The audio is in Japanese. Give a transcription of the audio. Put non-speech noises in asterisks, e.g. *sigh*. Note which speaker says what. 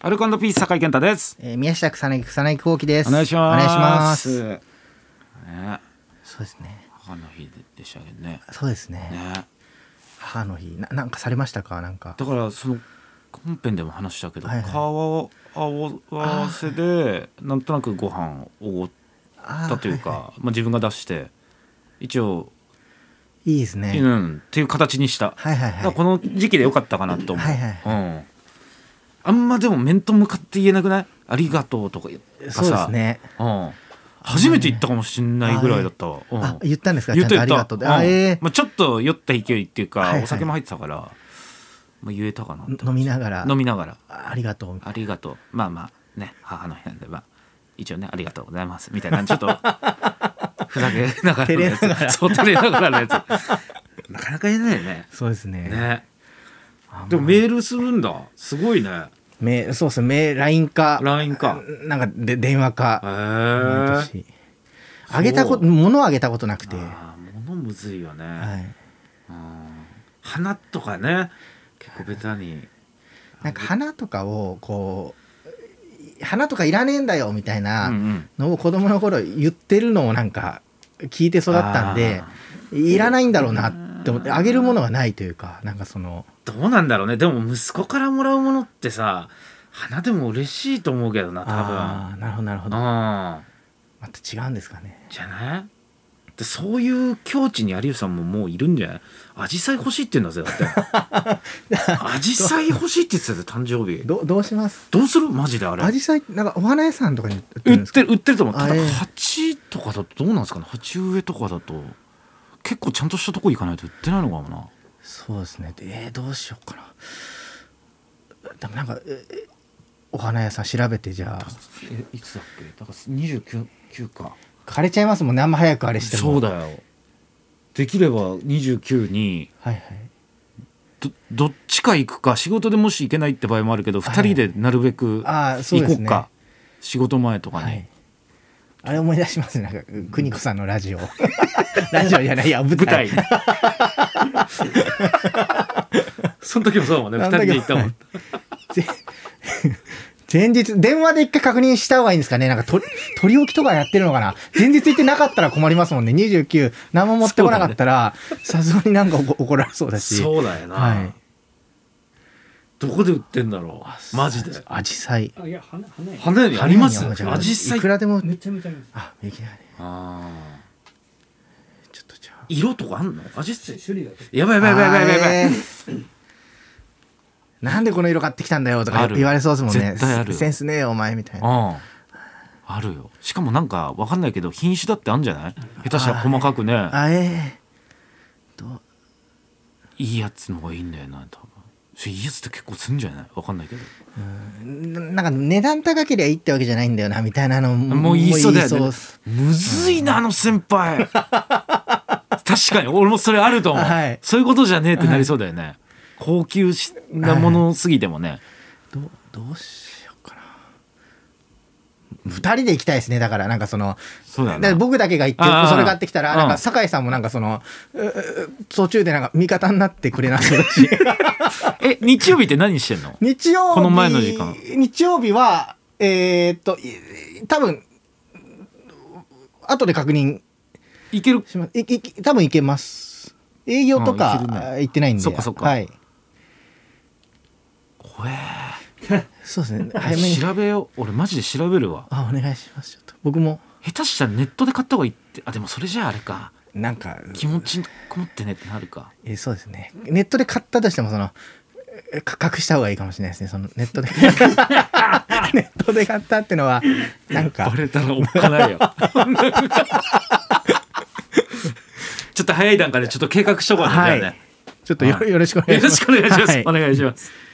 Speaker 1: アルコピース酒井健太です。
Speaker 2: えー、宮下草薙草薙幸喜です
Speaker 1: お願いします。
Speaker 2: お願いします
Speaker 1: ね、
Speaker 2: そうですね
Speaker 1: 母の日でしたけどね。
Speaker 2: そうですね
Speaker 1: ね、
Speaker 2: 母の日ななんかされましたかなんか
Speaker 1: だからその本編でも話したけど、
Speaker 2: はいはい
Speaker 1: 顔を合わせでなんとなくご飯をおごっ
Speaker 2: あー
Speaker 1: たというか、
Speaker 2: は
Speaker 1: まあ自分が出して一応、
Speaker 2: *laughs* い、いいですね、
Speaker 1: うんっていう形にした。
Speaker 2: はいはい
Speaker 1: だから
Speaker 2: は
Speaker 1: この時期で良かったかなと思う。
Speaker 2: はいはい
Speaker 1: うん。あんまでも面と向かって言えなくない？ありがとうとか言
Speaker 2: いそうです。ね
Speaker 1: うん。初めて言ったかもしれないぐらいだったわ。うん
Speaker 2: あ言ったんですか
Speaker 1: 言った
Speaker 2: ち
Speaker 1: 言
Speaker 2: ゃ
Speaker 1: っ
Speaker 2: んとありが
Speaker 1: た
Speaker 2: とう
Speaker 1: う
Speaker 2: で
Speaker 1: ん
Speaker 2: あえー
Speaker 1: まあちょっと酔った勢いっていう
Speaker 2: はい
Speaker 1: か
Speaker 2: はい
Speaker 1: お酒も入ってたからまあ言えたかなって
Speaker 2: 飲みながら
Speaker 1: 飲みながら
Speaker 2: あありがとうみた
Speaker 1: あ
Speaker 2: い
Speaker 1: りがとうまあまあね母の日なんでまあ一応ねありがとうございますみたいなちょ
Speaker 2: *laughs*
Speaker 1: っとふざけながらのやつ
Speaker 2: 照れながら
Speaker 1: そう照れながらのやつなかなか言えないよね
Speaker 2: なそうですね
Speaker 1: ね
Speaker 2: あ
Speaker 1: でもメールするんだすごいね
Speaker 2: メそうですねメ LINE か
Speaker 1: LINE か
Speaker 2: なんかで電話
Speaker 1: へ
Speaker 2: か毎
Speaker 1: え
Speaker 2: 年あげたこと
Speaker 1: そう
Speaker 2: 物をあげたことなくては
Speaker 1: あー物むずいよね、
Speaker 2: い
Speaker 1: うん花とかね結構ベタに
Speaker 2: なんか花とかをこう花とかいらねえんだよみたいな、
Speaker 1: うんうん
Speaker 2: のを子供の頃言ってるのをなんか聞いて育ったんで
Speaker 1: あ
Speaker 2: いらないんだろうなって思ってあげるものがないというかなんかその
Speaker 1: どうなんだろうねでも息子からもらうものってさ花でも嬉しいと思うけどな
Speaker 2: ああーなるほどなるほ
Speaker 1: 多
Speaker 2: ど
Speaker 1: 分
Speaker 2: ま
Speaker 1: うん
Speaker 2: た違うんですかね
Speaker 1: じゃないでそういう境地に有吉さんももういるんじゃないアジサイ欲しいって言うんだぜだって *laughs* アジサイ欲しいって言ってたぜ誕生日
Speaker 2: どどうします
Speaker 1: どうするマジであれ
Speaker 2: アジサイなんかお花屋さんとかに売って
Speaker 1: 売
Speaker 2: る
Speaker 1: っ
Speaker 2: んですか
Speaker 1: てる売ってると思うただ
Speaker 2: あええ
Speaker 1: 鉢とかだとどうなんですかね鉢植えとかだと結構ちゃんとしたとこ行かないと売ってないのかもな
Speaker 2: そうですねでえー、どうしようかなでもなんかええお花屋さん調べてじゃあ
Speaker 1: えいつだっけだから29 9か
Speaker 2: 枯れちゃいますもんねあんま早くあれしても
Speaker 1: そうだよできれば29に
Speaker 2: はいはい
Speaker 1: どどっちか行くか仕事でもし行けないって場合もあるけど、
Speaker 2: はい
Speaker 1: 二2人でなるべく
Speaker 2: ああそう
Speaker 1: 行
Speaker 2: で
Speaker 1: こ
Speaker 2: す
Speaker 1: う
Speaker 2: ね
Speaker 1: か仕事前とかに、
Speaker 2: はい、あれ思い出しますねなんか邦子さんのラジオ *laughs* ラジオじゃないいや舞
Speaker 1: 舞
Speaker 2: 台
Speaker 1: 台 *laughs* その時もそうだもんね2
Speaker 2: なん
Speaker 1: 人
Speaker 2: だけ
Speaker 1: で
Speaker 2: ど
Speaker 1: 行ったもん
Speaker 2: ぜ前日電話で一回確認した方がいいんですかねなんかと取り置きとかやってるのかな前日行ってなかったら困りますもんね29何も持ってこなかったらさすがになんか怒怒られそうだし
Speaker 1: そうだよな、
Speaker 2: はい
Speaker 1: どこで売ってんだろうマジで
Speaker 2: アジサイ
Speaker 3: あいや花花や
Speaker 1: 花屋にあります
Speaker 2: 花には
Speaker 1: アジサイ
Speaker 2: いくらでも
Speaker 3: めちゃめちゃあります
Speaker 2: あできないね
Speaker 1: あ
Speaker 2: ちょっとじゃ
Speaker 1: ー色とかあんのアジサイ
Speaker 3: 種類だけ
Speaker 1: やばい
Speaker 2: あ
Speaker 1: やばいやばいやばいやばい、
Speaker 2: あーなんでこの色買ってきたんだよと
Speaker 1: あ
Speaker 2: か
Speaker 1: る
Speaker 2: 言われそうですもんね
Speaker 1: 絶対ある
Speaker 2: センスねえよお前みたいな
Speaker 1: うんあるよしかもなんかわかんないけど品種だってあるんじゃない下手したら細かくね
Speaker 2: あえー、どう
Speaker 1: いいやつの方がいいんだよな多分それいいやつって結構すんじゃないわかんないけど
Speaker 2: ななんか値段高ければいいってわけじゃないんだよなみたいなのも
Speaker 1: もう言いそうだよね
Speaker 2: もう言い
Speaker 1: むずいなあの先輩
Speaker 2: *laughs*
Speaker 1: 確かに俺もそれあると思う、
Speaker 2: はい
Speaker 1: そういうことじゃねえってなりそうだよね、高級しなものすぎてもね、
Speaker 2: そうどうどうしようかな2人で行きたいですねだからなんかその
Speaker 1: そうだよ
Speaker 2: だ
Speaker 1: ね
Speaker 2: から僕だけが行
Speaker 1: ああ
Speaker 2: ってそれ買ってきたら
Speaker 1: うん
Speaker 2: なんか酒井さんもなんかそのうう途中でなんか味方になってくれなそうだし
Speaker 1: え日曜日って何してんの
Speaker 2: 日曜日
Speaker 1: この前の時間
Speaker 2: 日曜日はえーっとい多分後で確認
Speaker 1: 行ける
Speaker 2: しますいい多分行けます営業と
Speaker 1: あ行けるね
Speaker 2: か行ってないんで
Speaker 1: そっかそっか
Speaker 2: はい
Speaker 1: 怖え
Speaker 2: そうですね早めに
Speaker 1: 調べよう俺マジで調べるわ
Speaker 2: あお願いしますちょっと僕も
Speaker 1: 下手したらネットで買った方がいいってあでもそれじゃああれか
Speaker 2: なんか
Speaker 1: 気持ちこもってねってなるか
Speaker 2: えそうですねネットで買ったとしてもそのえか隠した方がいいかもしれないですねそのネッ
Speaker 1: *laughs*
Speaker 2: トでネットで買ったってのはなんか
Speaker 1: バレたらおっかないよちょっと早い段階でちょっと計画しとこうねじゃあね、
Speaker 2: ちょっとよ,、
Speaker 1: *laughs* はい
Speaker 2: よろしくお願
Speaker 1: よ
Speaker 2: いしま
Speaker 1: ろ
Speaker 2: す
Speaker 1: しくお願いします、
Speaker 2: はい
Speaker 1: お願いします